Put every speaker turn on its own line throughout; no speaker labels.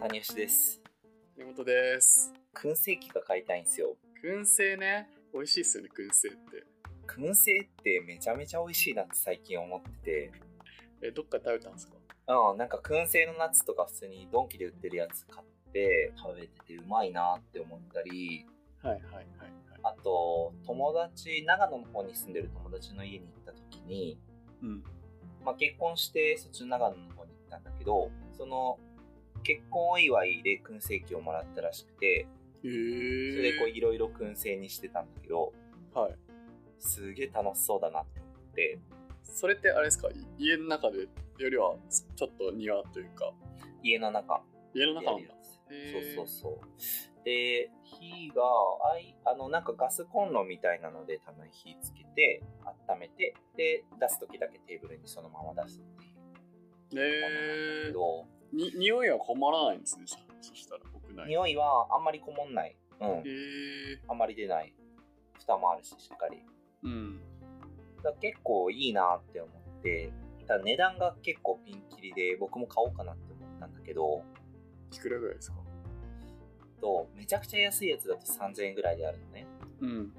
谷吉です
根本です
燻製機が買いたいんですよ
燻製ね美味しいっすよね燻製って
燻製ってめちゃめちゃ美味しいなって最近思ってて
えどっかで食べたんですか
うんなんか燻製のナッツとか普通にドンキで売ってるやつ買って食べててうまいなって思ったり
はいはいはいはい
あと友達長野の方に住んでる友達の家に行った時に、
うん
まあ、結婚してそっちの長野の方に行ったんだけどその結婚お祝いで燻製機をもらったらしくて
へえ
それ
ー、
でこういろいろ燻製にしてたんだけど
はい
すげえ楽しそうだなって思って
それってあれですかい家の中でよりはちょっと庭というか
家の中
家の
で
中
や
な
るや
んだ
つ
へー
そうそうそうで火があいあのなんかガスコンロみたいなので多分火つけて温めてで出す時だけテーブルにそのまま出すっていうものなんだ
え
け
ー、
ど、
に匂いは困らないんですねそそしたら僕ない
匂いはあんまりこもんない、うん
え、ー、
あんまり出ない蓋もあるししっかり
うん
だから結構いいなって思ってただ値段が結構ピンキリで僕も買おうかなって思ったんだけど
いくらぐらいですか
とめちゃくちゃ安いやつだと3000円ぐらいであるのね
うん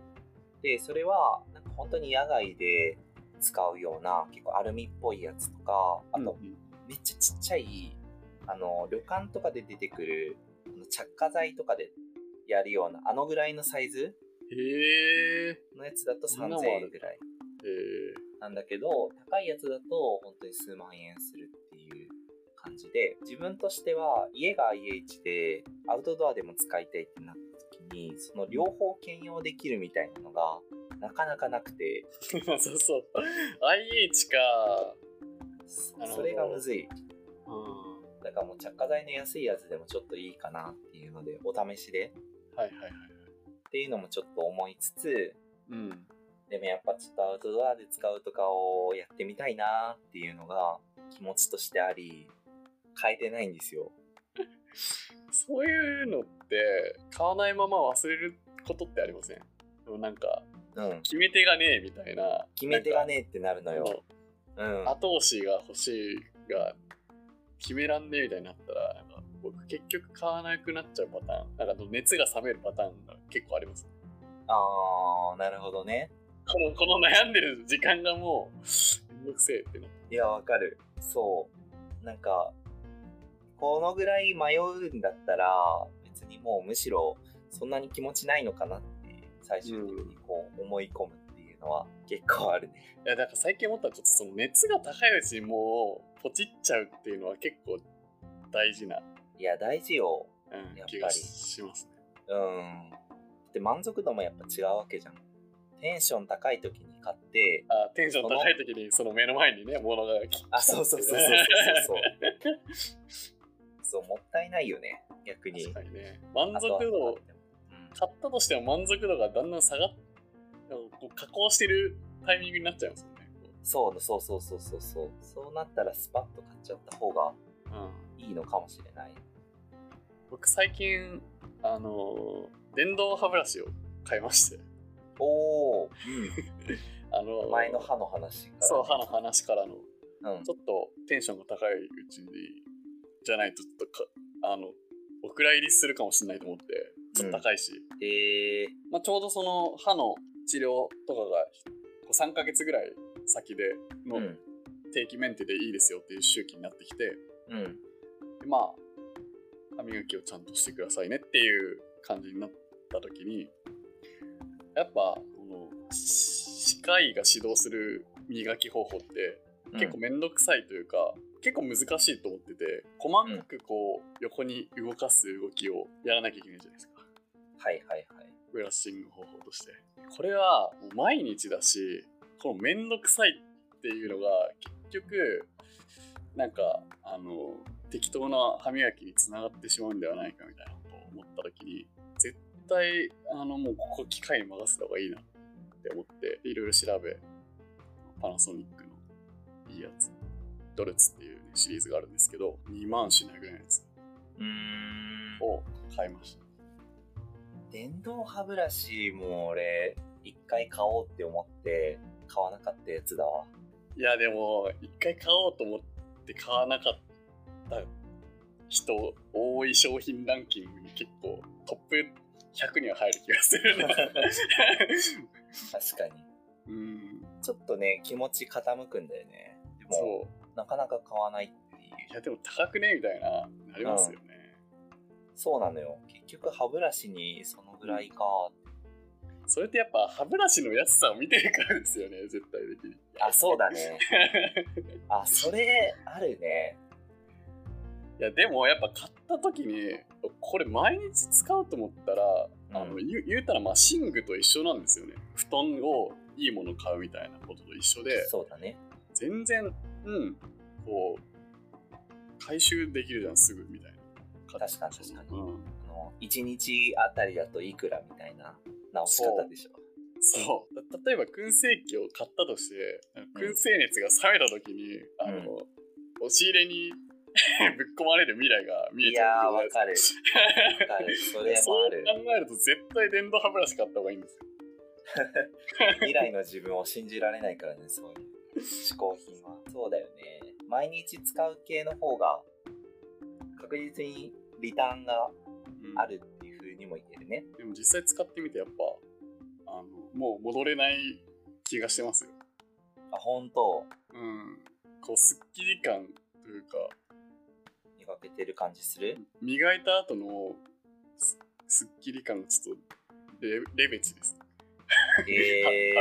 でそれはなんか本当に野外で使うような結構アルミっぽいやつとかあと
うん
めっちゃちっちゃいあの旅館とかで出てくるあの着火剤とかでやるようなあのぐらいのサイズ
へえー、
のやつだと
そんな
3000
のある
円ぐらい
え
なんだけど高いやつだと本当に数万円するっていう感じで自分としては家が IH でアウトドアでも使いたいってなった時にその両方兼用できるみたいなのがなかなかなくて
ー、 なさそう IH か
そ
なるほど
それがむずい
うん
だからもう着火剤の安いやつでもちょっといいかなっていうのでお試しで
はいはいはい
っていうのもちょっと思いつつ
うん
でもやっぱちょっとアウトドアで使うとかをやってみたいなっていうのが気持ちとしてあり変えてないんですよ
そういうのって買わないまま忘れることってありませんでもなんか
うん
決め手がねえみたいな
決め手がねえってなるの
なんか
ようん
その後押しが欲しいが決めらんねえみたいになったらなんか僕結局買わなくなっちゃうパターンなんかあの熱が冷めるパターンが結構あります
あーなるほどね
このこの悩んでる時間がもうめんどくせえってなっ
いやわかるそうなんかこのぐらい迷うんだったら別にもうむしろそんなに気持ちないのかなって最終的にこう思い込むっていうのは結構あるね
いやだから最近思ったのはちょっとその熱が高いうちにもうポチっちゃうっていうのは結構大事な、
いや大事よ
うん
やっぱり
気がしますね
うんだって満足度もやっぱ違うわけじゃんテンション高い時に買って
あテンション高い時にその目の前にね物が来
あそうそうそうそうそうそうそ うもったいないよね逆に
確かにね満足度
うん
買ったとしても満足度がだんだん下がっこう加工してるタイミングになっちゃいますよねこ
そうそうそうそうそうそうそうなったらスパッと買っちゃった方が
う、うん、
いいのかもしれない
僕最近あのー電動歯ブラシを買いまして
おお、
あの
う
ー
ん、前の歯の話から、
そう歯の話からの
うん
ちょっとテンションが高いうちにじゃないとちょっとかあのお蔵入りするかもしれないと思ってちょっと高いし、
えー、
まあ、ちょうどその歯の治療とかがこう3ヶ月ぐらい先で
う
の
ん
定期メンテでいいですよっていう周期になってきて、
うん
でまあ歯磨きをちゃんとしてくださいねっていう感じになった時にやっぱこのし歯科医が指導する磨き方法って結構
うん
面倒くさいというか、結構難しいと思ってて細かくこう横に動かす動きをやらなきゃいけないじゃないですか。
はいはいはい
ブラッシング方法としてこれはもう毎日だしこの面倒くさいっていうのが結局なんかあの適当な歯磨きにつながってしまうんではないかみたいなことを思った時に絶対あのもうここ機械に任せた方がいいなって思っていろいろ調べパナソニックのいいやつドルツっていう、ね、シリーズがあるんですけど2万しないぐらいのやつ
うーん
を買いました
電動歯ブラシも俺一回買おうって思って買わなかったやつだわ
いやでも一回買おうと思って買わなかった人多い商品ランキングに結構トップ100には入る気がするな
確かに。
うん
ちょっとね、気持ち傾くんだよね。でも、
そ
なかなか買わないっていう
うい。やでも高くねみたいななりますよね、
そうなのよ。結局歯ブラシにそのぐらいか。
それってやっぱ歯ブラシの安さを見てるからですよね絶対的に
あ、そうだ ね。あ、それ、あるね。
いやでもやっぱ買った時にこれ毎日使うと思ったら、あの
う
言う言うたらまあ寝具と一緒なんですよね布団をいいもの買うみたいなことと一緒で
そうだね。
全然うんこう回収できるじゃんすぐみたいな
確かに確かに
うん
あの、1日あたりだといくらみたいな直し方でしょ。
そうた例えば燻製機を買ったとして燻製熱が冷めた時に、あの押し入れに ぶっ込まれる未来が見え
い
ちゃ
やー、
う
わかる。わかる。 それもある。
そう考えると絶対電動歯ブラシ買った方がいいんですよ
未来の自分を信じられないからね、そういう嗜好品は。そうだよね。毎日使う系の方が、確実にリターンがあるっていう風にも言えるね。
でも実際使ってみてやっぱあのもう戻れない気がしてますよ
あ、本当
うんこうすっきり感というか
磨けてる感じす る
磨いた後のすすっきり感がちょっとレレベチです、
え
歯歯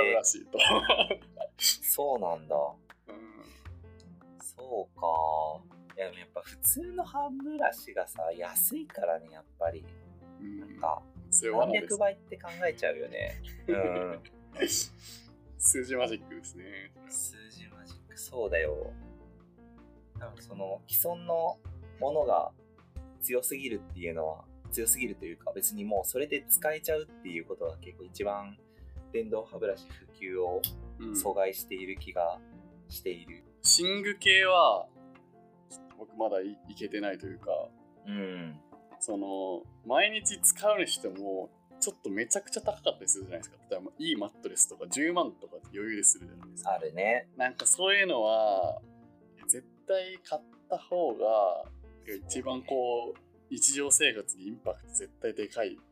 ブ
ー
ラ、シ と、
そうなんだ。
うん
そうか。いや、でもやっぱ普通の歯ブラシがさ、安いからね、やっぱり。なんか、
それは罠で
300
す
倍って考えちゃうよね。うん。
数字マジックですね。
数字マジック、そうだよ。多分その、既存のものが強すぎるっていうのは、強すぎるというか、別にもうそれで使えちゃうっていうことが結構一番、電動歯ブラシ普及を
うん、
阻害している気がしている。
寝具系は、ちょっと僕まだいいけてないというか、
うん。
その、毎日使うにしても、ちょっとめちゃくちゃ高かったりするじゃないですか。例えば、いいマットレスとか10万とか余裕でするじゃないですか。
あるね。
なんかそういうのは、絶対買った方が、一番こう、日常生活にインパクト絶対でかいこ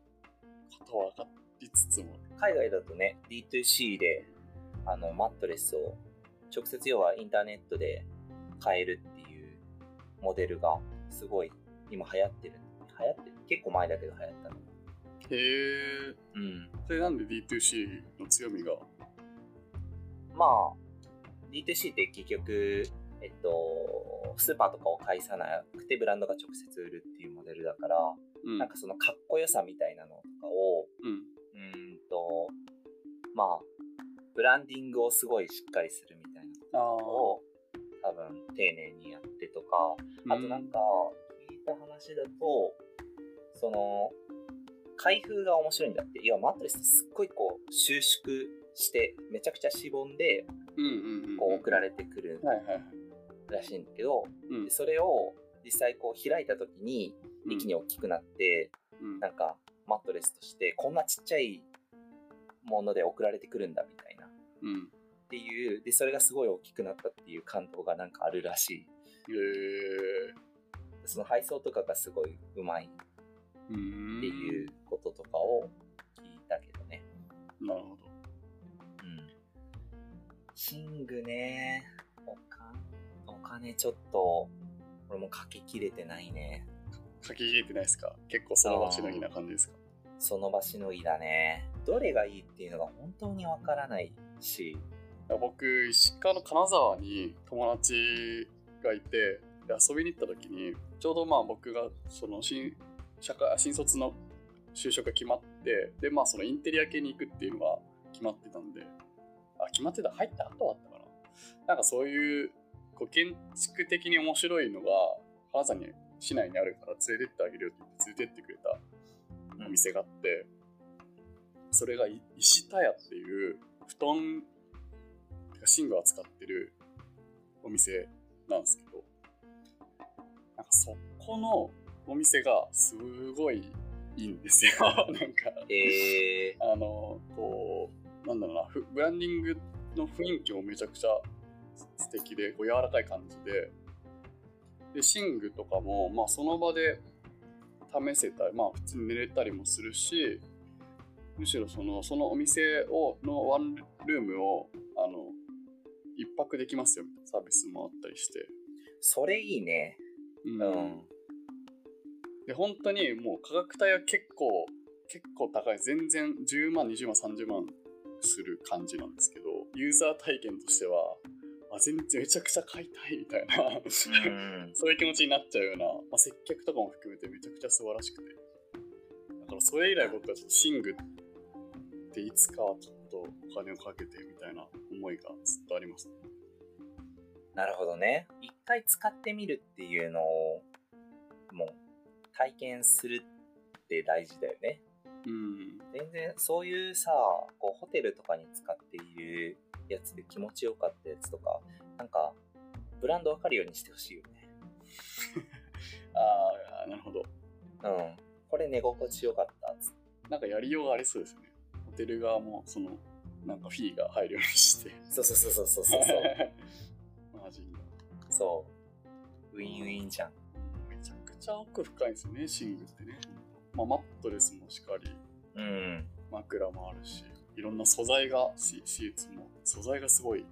とは分かりつつも、
海外だとね、D2C で、あの、マットレスを、直接要はインターネットで買えるっていうモデルが、すごい、今流行ってる。流行ってる結構前だけど流行ったの。
へー、
うん。
それなんで D2C の強みが
まあ、D2C って結局、えっと、スーパーとかを介さなくてブランドが直接売るっていうモデルだから、
うん
なんかそのかっこよさみたいなのとかを、
うん
うーんと、まあ、ブランディングをすごいしっかりするみたいな
あ
のを、多分丁寧にやってとか、あとなんか、聞いた話だと、その、開封が面白いんだって。いや、マットレスってすっごいこう、収縮して、めちゃくちゃしぼんで、
うんうんうん
こう送られてくる
はいはいはい
らしいんだけど、
うん
でそれを実際こう開いた時に
うん
一気に大きくなって、
うん
なんかマットレスとしてこんなちっちゃいもので送られてくるんだみたいなっ
うん
ていうでそれがすごい大きくなったっていう感動がなんかあるらしい
へ
その配送とかがすごいうまい
えー、
っていうこととかを聞いたけどね
うんなるほど
うん寝具ねお金お金ちょっと俺もかけきれてないね
書き入れてないですか結構その場しのぎな感じですか
その場しのぎだね。どれがいいっていうのが本当にわからないし。
僕石川の金沢に友達がいてで遊びに行った時にちょうどまあ僕がその新社会新卒の就職が決まってでまあそのインテリア系に行くっていうのが決まってたんであ決まってた入った後だったかななんかそういうこう建築的に面白いのが金沢に市内にあるから連れてってあげるよって言って連れてってくれたお店があって、それがい石田屋っていう布団てか寝具を扱ってるお店なんですけどなんかそこのお店がすごいいいんですよ なんか
え
あのこうなんだろうなふブランディングの雰囲気もめちゃくちゃ素敵でこう柔らかい感じでで寝具とかも、まあ、その場で試せたり、まあ、普通に寝れたりもするしむしろそのそのお店をのワンルームをあの一泊できますよみたいなサービスもあったりして、
それいいね。
うん
うん。
で本当にもう価格帯は結構結構高い全然10万20万30万する感じなんですけどユーザー体験としてはあ全然めちゃくちゃ買いたいみたいな
うん
そういう気持ちになっちゃうような、まあ、接客とかも含めてめちゃくちゃ素晴らしくてだからそれ以来僕はちょっと寝具っていつかはちょっとお金をかけてみたいな思いがずっとあります
なるほどね。一回使ってみるっていうのを、もう、体験するって大事だよね。
うん
全然、そういうさ、こう、ホテルとかに使っているやつで気持ちよかったやつとか、なんか、ブランドわかるようにしてほしいよね。
ああなるほど
うん。これ寝心地よかったっつって。
なんかやりようがありそうですよね。ホテル側も、その、なんかフィーが入るようにして。
そうそうそうそうそうそう。
マジに。
そう。ウィンウィンじゃん。
めちゃくちゃ奥深いんですよね、寝具ってね。まあ、マットレスもしかり、
うん。
枕もあるし、いろんな素材が、シシーツも、素材がすごい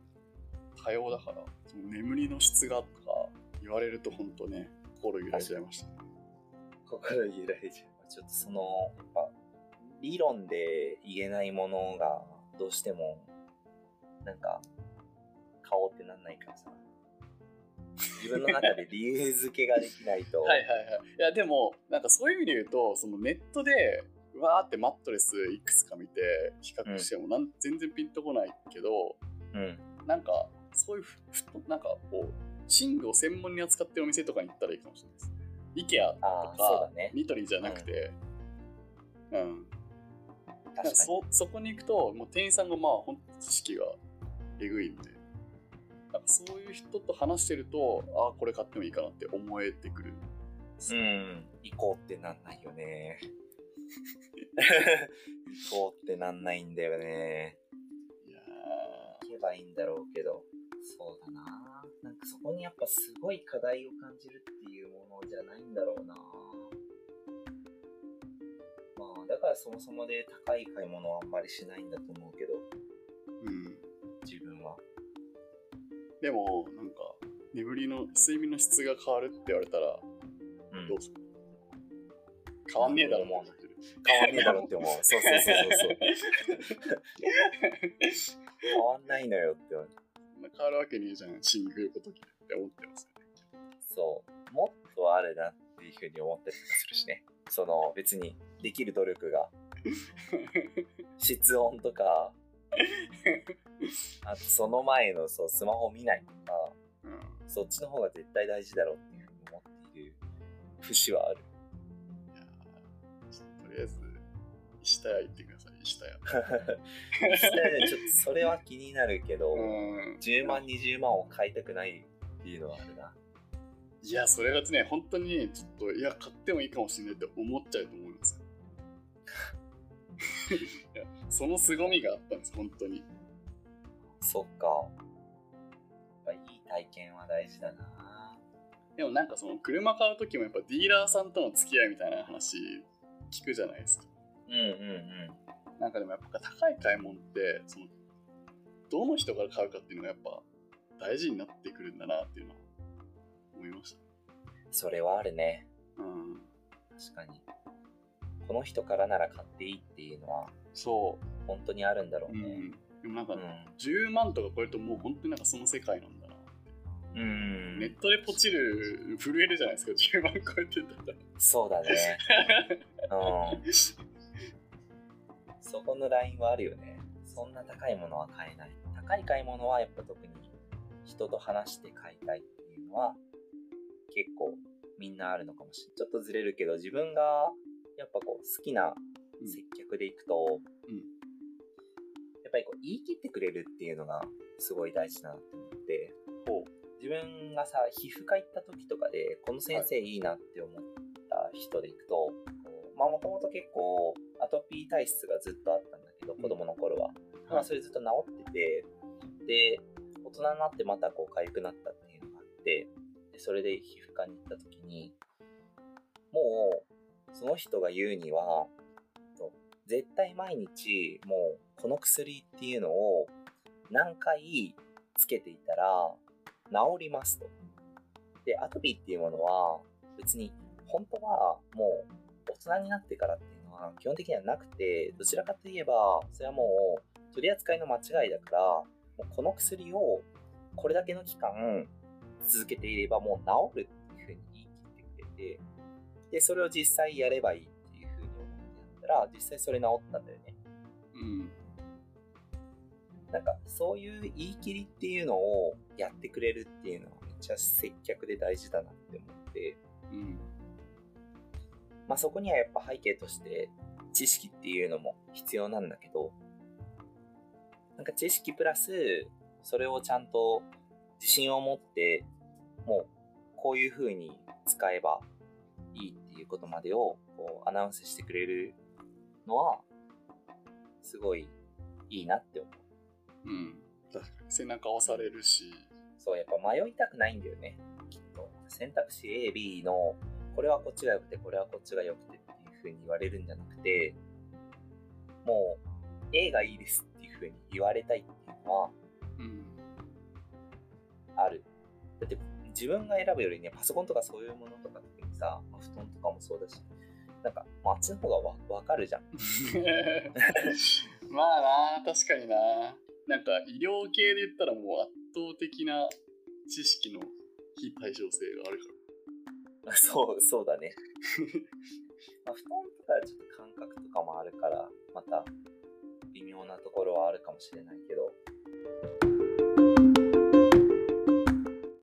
多様だから、その眠りの質がとか言われると本当ね、心揺らいちゃいましたね。
心揺られちゃう。ちょっとその、やっぱ、理論で言えないものが、どうしても、なんか、顔ってなんないからさ。自分の中で理由付けができないと。
はいはいはい。いや、でも、なんかそういう意味で言うと、そのネットで、わーってマットレスいくつか見て、比較してもなん、全然ピンとこないけど、
うん。
なんか、そういうふ、ふとなんかこう、寝具を専門に扱ってるお店とかに行ったらいいかもしれないです。イケアと
ああ、そう
か
だ、ね。
ニトリじゃなくて、うん。なん
確
か
かに。
そそこに行くと、もう店員さんがまあ、本当知識がえぐいんで、なんかそういう人と話してると、ああ、これ買ってもいいかなって思えてくる。
うん。行こうってなんないよね。 行こうってなんないんだよね。
いや
行けばいいんだろうけど。そうだな。なんかそこにやっぱすごい課題を感じるっていうものじゃないんだろうな。まあ、だからそもそもで高い買い物はあんまりしないんだと思うけど、
ーうん、
自分は。
でもなんか眠りの睡眠の質が変わるって言われたら
うん
どうする変わんねえだろ
うん
もう
変わんねえだろって思う。 そうそうそう そうそう。 変わんないのよって思う。
変わるわけねえじゃんシングルごときって思ってます
そう。もっとあるなっていうふうに思ったりとかするしね。その、別にできる努力 が、室温とか、あとその前のそうスマホ見ないとか、
うん
そっちの方が絶対大事だろうっていうふうに思っている節はある。
いやーちょっととりあえず石田屋行ってください石田屋
実際ちょっとそれは気になるけど、
うん
10万、20万を買いたくないっていうのはあるな。
いやそれがね本当にちょっといや買ってもいいかもしれないって思っちゃうと思いますいやその凄みがあったんです本当に
そっか。やっぱいい体験は大事だな。
でもなんかその車買う時もやっぱディーラーさんとの付き合いみたいな話聞くじゃないですか。
うんうんうん。
なんかでもやっぱ高い買い物ってそのどの人から買うかっていうのがやっぱ大事になってくるんだなっていうのは思いまし
それはあるね。
た。うん。
確かに。この人からなら買っていいっていうのは、
そ
本当にあるんだろ
う。
うね。
ん。でもなん
う
か
ん。
10万とか超えるともう本当になんかその世界なんだな。
うん。
ネットでポチる震えるじゃないですか10万超えてたら。
そうだね。うん。そこのラインはあるよね。そんな高いものは買えない。高い買い物はやっぱ特に人と話して買いたいっていうのは結構みんなあるのかもしれない。ちょっとずれるけど自分がやっぱこう好きな
うん
接客でいくと、
うん
やっぱりこう言い切ってくれるっていうのがすごい大事だなって思って。
ほ
自分がさ皮膚科行った時とかでこの先生いいなって思った人でいくと、こうまあもともと結構アトピー体質がずっとあったんだけど子供の頃は、まあそれずっと治っててで大人になってまたこう痒くなったっていうのがあってでそれで皮膚科に行った時にもうその人が言うにはと絶対毎日もうこの薬っていうのを何回つけていたら治りますと。でアトピーっていうものは別に本当はもう大人になってからっていうのは基本的にはなくてどちらかといえばそれはもう取り扱いの間違いだからもうこの薬をこれだけの期間続けていればもう治るっていうふうに言い切ってくれてでそれを実際やればいいっていうふうに思ってやったら実際それ治ったんだよね
うん
なんかそういう言い切りっていうのをやってくれるっていうのはめっちゃ接客で大事だなって思って
うん
まあ、そこにはやっぱ背景として知識っていうのも必要なんだけどなんか知識プラスそれをちゃんと自信を持ってもうこういう風に使えばいいっていうことまでをこうアナウンスしてくれるのはすごいいいなって思う
うん確かに背中押されるし
そうやっぱ迷いたくないんだよねきっと選択肢 AB のこれはこっちが良くてこれはこっちが良くてっていう風に言われるんじゃなくてもう A がいいですっていう風に言われたいっていうのは
うん
あるだって自分が選ぶよりねパソコンとかそういうものとか特にさ、まあ布団とかもそうだしなんかまああっちの方がわ分かるじゃん
まあな確かにななんか医療系で言ったらもう圧倒的な知識の非対称性があるか
あそう、そうだね。まあ、布団とかはちょっと感覚とかもあるから、また微妙なところはあるかもしれないけど、